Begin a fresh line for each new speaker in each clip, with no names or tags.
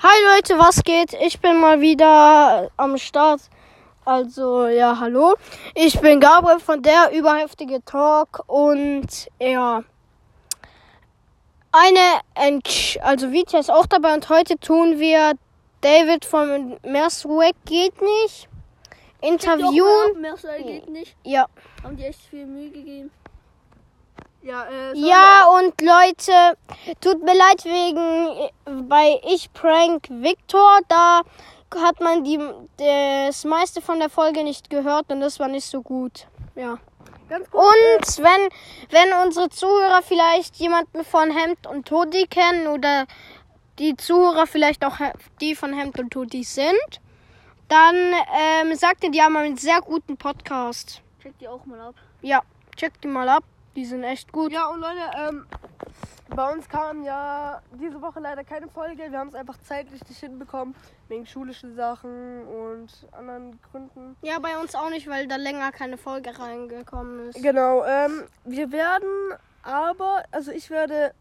Hi Leute, was geht? Ich bin mal wieder am Start. Also, ja, hallo. Ich bin Gabriel von der überheftige Talk und ja. Eine Entsch also Vita ist auch dabei und heute tun wir David von Mersweg geht nicht. Interviewen.
Mehrzahl geht nicht.
Ja.
Haben die echt viel Mühe gegeben. Ja,
äh,
Ja, und Leute, tut mir leid wegen äh, bei Ich Prank Victor, da hat man die, das meiste von der Folge nicht gehört und das war nicht so gut. Ja.
ganz gut.
Und wenn, wenn unsere Zuhörer vielleicht jemanden von Hemd und Todi kennen oder die Zuhörer vielleicht auch he- die von Hemd und Todi sind, dann ähm, sagt ihr, die haben einen sehr guten Podcast.
Check die auch mal ab.
Ja, checkt die mal ab, die sind echt gut.
Ja, und Leute, ähm, bei uns kam ja diese Woche leider keine Folge. Wir haben es einfach zeitlich nicht hinbekommen, wegen schulischen Sachen und anderen Gründen.
Ja, bei uns auch nicht, weil da länger keine Folge reingekommen ist.
Genau, ähm, wir werden aber, also ich werde,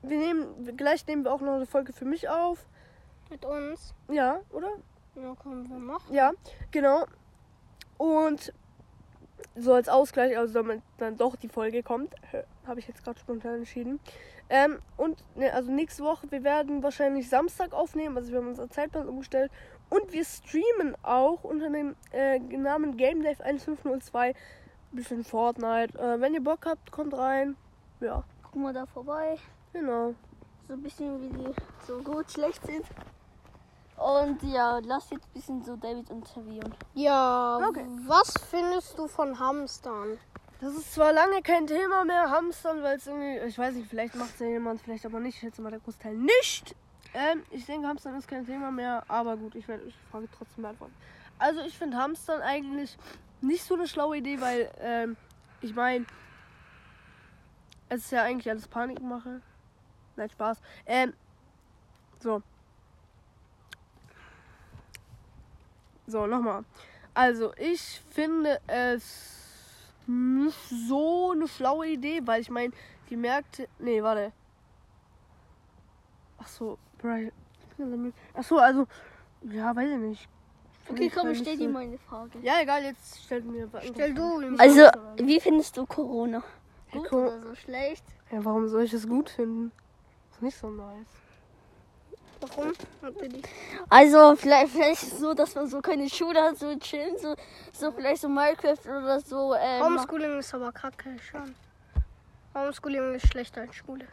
wir nehmen, gleich nehmen wir auch noch eine Folge für mich auf.
Mit uns.
Ja, oder?
Ja, können wir machen.
Ja, genau. Und so als Ausgleich, also damit dann doch die Folge kommt, habe ich jetzt gerade spontan entschieden. Ähm, und ne, also nächste Woche, wir werden wahrscheinlich Samstag aufnehmen, also wir haben unseren Zeitplan umgestellt. Und wir streamen auch unter dem äh, Namen Game Life 1502 bisschen Fortnite. Äh, wenn ihr Bock habt, kommt rein. Ja,
Guck mal da vorbei.
genau.
So ein bisschen wie die so gut, schlecht sind. Und ja, lass jetzt ein bisschen so David interviewen.
Ja,
Okay.
was findest du von Hamstern?
Das ist zwar lange kein Thema mehr, Hamstern, weil es irgendwie, ich weiß nicht, vielleicht macht es ja jemand, vielleicht aber nicht. Ich schätze mal, der Großteil nicht. Ähm, ich denke, Hamstern ist kein Thema mehr, aber gut, ich werde euch die Frage trotzdem beantworten. Also, ich finde Hamstern eigentlich nicht so eine schlaue Idee, weil, ähm, ich meine, es ist ja eigentlich alles Panikmache. Nein, Spaß. Ähm, so. So, nochmal. Also, ich finde es nicht so eine schlaue Idee, weil ich meine, die Märkte. Nee, warte. Ach so, Brian. Ach so, also. Ja, weiß ich nicht.
Okay,
Ich
komm,
weiß
stell
nicht
dir
so.
mal eine Frage.
Ja, egal, jetzt stellt mir.
Stell du ihm
Also, wie findest du Corona? Gut
Cor-
oder so schlecht?
Ja, warum soll ich das gut finden? Ist nicht so nice.
warum.
Also, vielleicht, vielleicht ist es so, dass man so keine Schule hat, so chillen, so, so vielleicht so Minecraft oder so. Ähm,
Homeschooling ist aber kacke schon. Homeschooling ist schlechter als Schule.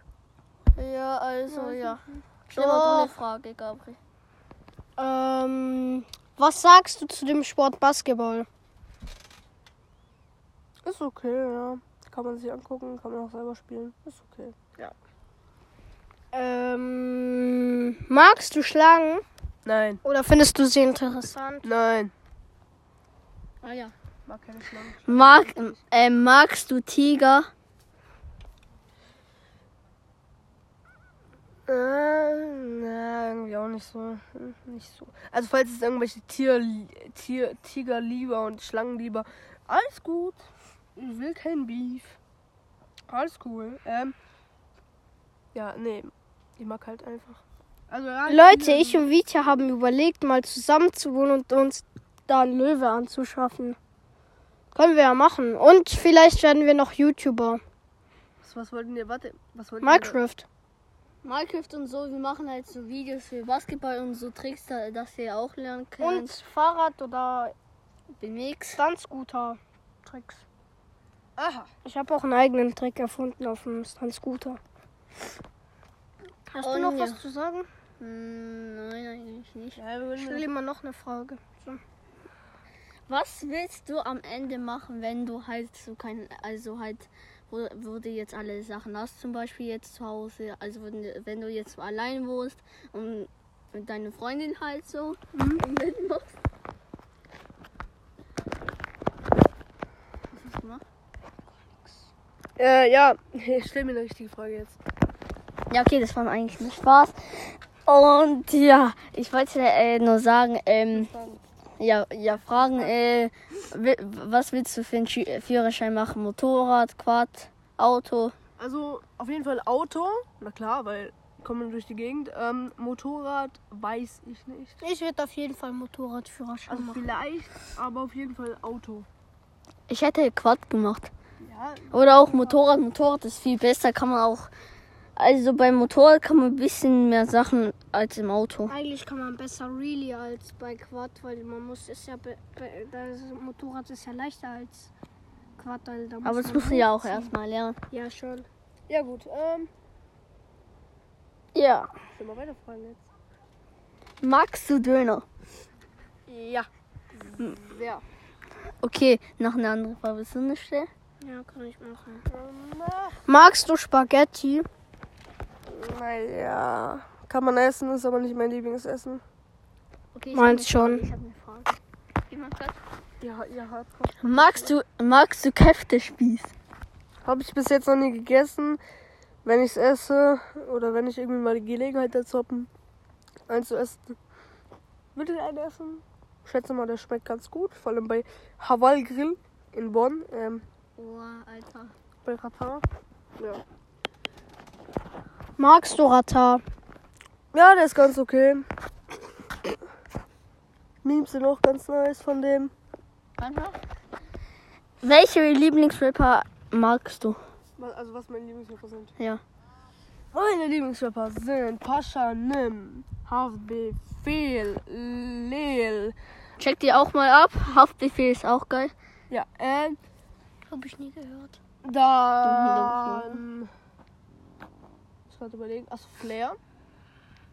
Ja, also, ja. Oh. Stell
Doch.
mal du eine Frage, Gabriel.
Ähm, was sagst du zu dem Sport Basketball?
Ist okay, ja. Kann man sich angucken, kann man auch selber spielen. Ist okay.
Ähm, magst du Schlangen
Nein.
oder findest du sie interessant?
Nein.
Ah ja.
Mag keine Schlange.
Mag, äh, magst du Tiger?
Äh, na, irgendwie auch nicht so. Hm, Nicht so. Also, falls es irgendwelche Tier, Tier, Tiger lieber und Schlangen lieber. Alles gut. Ich will kein Beef. Alles cool. Ähm. Ja, nee. Ich mag halt einfach. Also, ja,
Leute,
Tiger-
ich und Vita haben überlegt, mal zusammen zu wohnen und uns da einen Löwe anzuschaffen. Können wir ja machen. Und vielleicht werden wir noch YouTuber.
Was, was wollten wir? Warte. Was wollten wir?
Minecraft.
Minecraft und so, wir machen halt so Videos für Basketball und so Tricks, da- dass wir auch lernen können.
Und Fahrrad oder
BMX.
Stuntscooter. Tricks.
Aha.
Ich habe auch einen eigenen Trick erfunden auf dem Stuntscooter. Hast
Und
du noch
Oh ja.
was zu sagen?
Hm, nein, eigentlich nicht.
Ja, wir
Ich
würden
will immer noch eine Frage. So.
Was willst du am Ende machen, wenn du halt so kein, also halt, wo, wo du jetzt alle Sachen hast, zum Beispiel jetzt zu Hause, also wenn, du- wenn du jetzt allein wohnst und mit deiner Freundin halt so
Mhm.
mitmachst. Was hast du gemacht?
Äh, ja, ich stell mir eine richtige Frage jetzt.
Ja, okay, das war eigentlich nur Spaß. Und ja, ich wollte äh, nur sagen, ähm, ja, ja, fragen, äh, wi- was willst du für einen Schi- äh, Führerschein machen? Motorrad, Quad, Auto?
Also, auf jeden Fall Auto. Na klar, weil kommen durch die Gegend. Ähm, Motorrad weiß ich nicht.
Ich werde auf jeden Fall Motorradführerschein
Also
machen.
vielleicht, aber auf jeden Fall Auto.
Ich hätte Quad gemacht.
Ja,
Oder auch Motorrad. Motorrad ist viel besser. Kann man auch. Also beim Motorrad kann man ein bisschen mehr Sachen als im Auto.
Eigentlich kann man besser Really als bei Quad, weil man muss ist ja be- be- das Motorrad ist ja leichter als Quad, weil da muss
Aber das
man
musst du ja auch
hochziehen.
erstmal lernen.
Ja schon.
ja gut. Ähm,
Ja.
ich will mal weiterfragen jetzt.
Magst du Döner?
Ja. Sehr.
Okay, noch eine andere Frage. Willst du eine stellen?
Ja, kann ich machen.
Na,
Magst du Spaghetti?
naja. Kann man essen, ist aber nicht mein Lieblingsessen.
Okay,
Meins schon.
Ich habe eine Frage.
Ja, ja,
halt
hardcore.
Magst du, magst du Kräftespieß?
Habe ich bis jetzt noch nie gegessen. Wenn ich es esse oder wenn ich irgendwie mal die Gelegenheit dazu habe, eins zu essen, würde ich einen essen. Ich schätze mal, der schmeckt ganz gut. Vor allem bei Haval Grill in Bonn, ähm,
Oh, Alter.
bei Rapar. Ja.
Magst du Ratar?
ja, der ist ganz okay. Memes sind auch ganz nice von dem.
Welche Lieblingsrapper magst du?
Also, was meine Lieblingsrapper sind.
Ja.
Meine Lieblingsrapper sind Pascha Nim, Haftbefehl, Lil.
Check die auch mal ab. Haftbefehl ist auch geil.
Ja, ähm,
Habe ich nie gehört.
Dann. Ich gerade überlegen. Achso, Flair.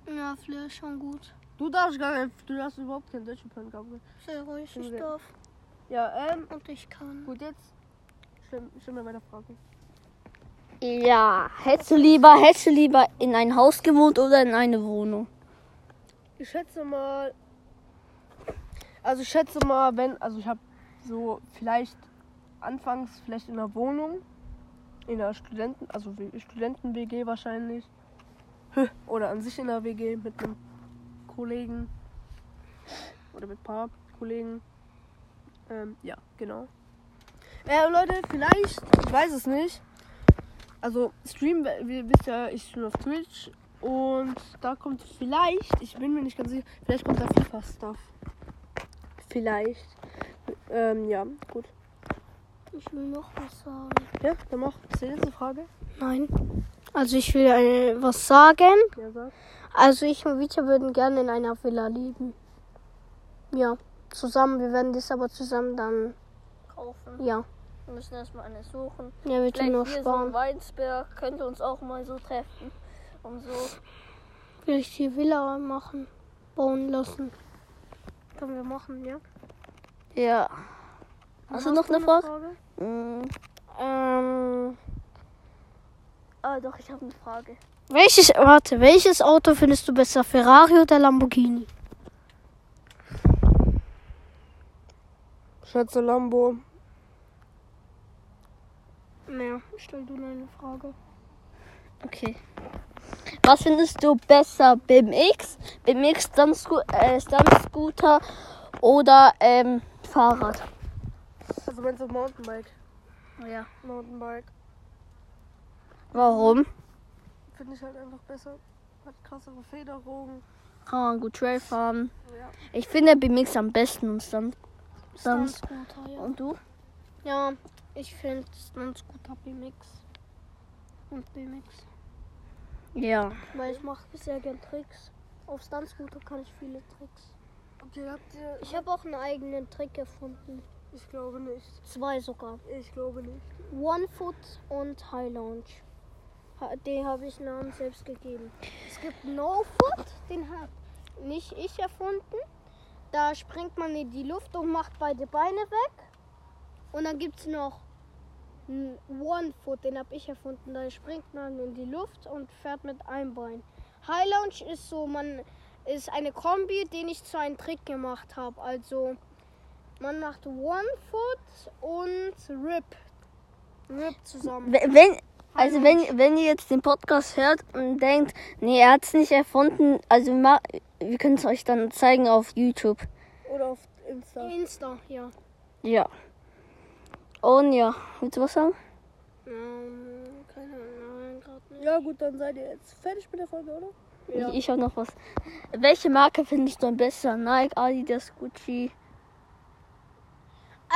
Ja, Flair ist schon gut.
Du darfst gar nicht, du darfst überhaupt keinen deutschen Punk haben.
Sehr ruhig,
ich
ich
darf.
darf.
Ja, ähm,
Und ich kann.
gut, jetzt. Stell, stell mir weiter Fragen.
Ja. Hättest du lieber, hättest du lieber in ein Haus gewohnt oder in eine Wohnung?
Ich schätze mal. Also, ich schätze mal, wenn. Also, ich habe so vielleicht anfangs vielleicht in der Wohnung. In der Studenten. Also, W- Studenten-WG wahrscheinlich. Hö, Oder an sich in der WG mit einem Kollegen. Oder mit ein paar Kollegen. Ähm, ja, genau. Äh, Leute, vielleicht, ich weiß es nicht. Also, Stream, wir wisst ja, ich stream auf Twitch. Und da kommt vielleicht, ich bin mir nicht ganz sicher, vielleicht kommt da FIFA-Stuff. Vielleicht. Ähm, ja, gut.
Ich will noch was sagen.
Ja, dann mach. Ist die letzte Frage?
Nein. Also ich will äh, was sagen.
Ja, sag.
Also ich und Vita würden gerne in einer Villa leben. Ja, zusammen. Wir werden das aber zusammen dann,
Kaufen.
ja.
Wir müssen erstmal eine suchen.
Ja, wir tun nur sparen.
Weinsberg könnte uns auch mal so treffen. Und so.
Vielleicht die Villa machen, bauen lassen. Können wir machen, ja.
Ja. Hast du noch eine Frage? Mm,
Ähm,
Ah, doch, ich habe eine Frage.
welches, warte, welches Auto findest du besser, Ferrari oder Lamborghini?
Schätze Lambo.
Ja, stell du eine Frage.
Okay. Was findest du besser, BMX, BMX Stunt äh, Stuntscooter oder ähm, Fahrrad?
Also, meinst du Mountainbike?
Oh Ja.
Mountainbike.
Warum?
Finde ich halt einfach besser. Hat krassere Federung.
Kann man gut Trail fahren.
Ja.
Ich finde BMX am besten und Stunt. Stunt.
Stuntscooter, ja.
Und du?
Ja, ich finde Stuntscooter BMX. Und BMX.
Ja.
Weil ich mache sehr gern Tricks. Auf Stuntscooter kann ich viele Tricks.
Okay, habt ihr.
Ich habe auch einen eigenen Trick erfunden.
Ich glaube nicht.
Zwei sogar.
Ich glaube nicht.
One Foot und High Launch. Ha- Den habe ich Namen selbst gegeben. Es gibt No Foot, den habe nicht ich erfunden. Da springt man in die Luft und macht beide Beine weg. Und dann gibt es noch n- One Foot, den habe ich erfunden. Da springt man in die Luft und fährt mit einem Bein. High Launch ist so, man ist eine Kombi, den ich zu einem Trick gemacht habe. Also man macht One Foot und Rip. Rip zusammen.
Wenn, wenn- also wenn, wenn ihr jetzt den Podcast hört und denkt, nee, er hat es nicht erfunden, also wir ma- wir können es euch dann zeigen auf YouTube.
Oder auf Insta.
Insta, ja.
Ja. Und ja, willst du was sagen?
Ähm, keine Ahnung, nein, grad nicht.
Ja gut, dann seid ihr jetzt fertig mit der Folge, oder? Ja.
Ich, ich habe noch was. Welche Marke findest du am besten? Nike, Adidas, Gucci?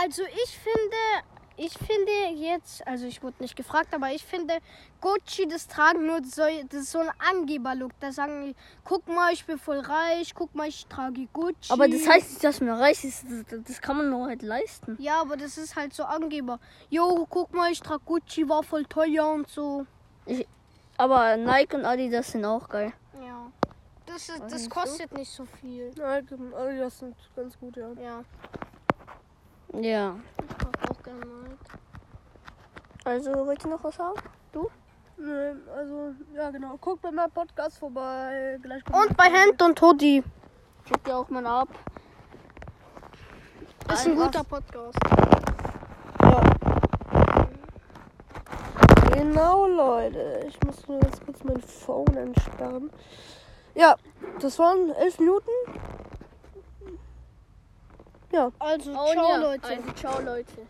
Also ich finde, ich finde jetzt, also ich wurde nicht gefragt, aber ich finde Gucci, das tragen nur so, das ist so ein Angeberlook. Da sagen die, guck mal, ich bin voll reich, guck mal, ich trage Gucci.
Aber das heißt nicht, dass man reich ist. Das, das kann man nur halt leisten.
Ja, aber das ist halt so Angeber. Jo, guck mal, ich trage Gucci, war voll teuer und so.
Aber Nike und Adidas sind auch geil.
Ja. Das, ist, das
nicht so?
kostet nicht so viel.
Ja, also das sind ganz gut, ja.
Ja,
Ja.
ich trage auch gerne Nike.
Also, wollt ihr noch was haben?
Nö, also, ja genau. Guckt bei meinem Podcast vorbei. Gleich kommt
Und bei Hemd und Hoodie.
Checkt ihr auch mal ab.
Ist ein guter Podcast.
Genau, Leute. Ich muss nur jetzt kurz mein Phone entsperren. Ja, das waren elf Minuten.
Also,
Oh,
ciao,
ja.
Leute.
Oh, Also, ciao, Leute.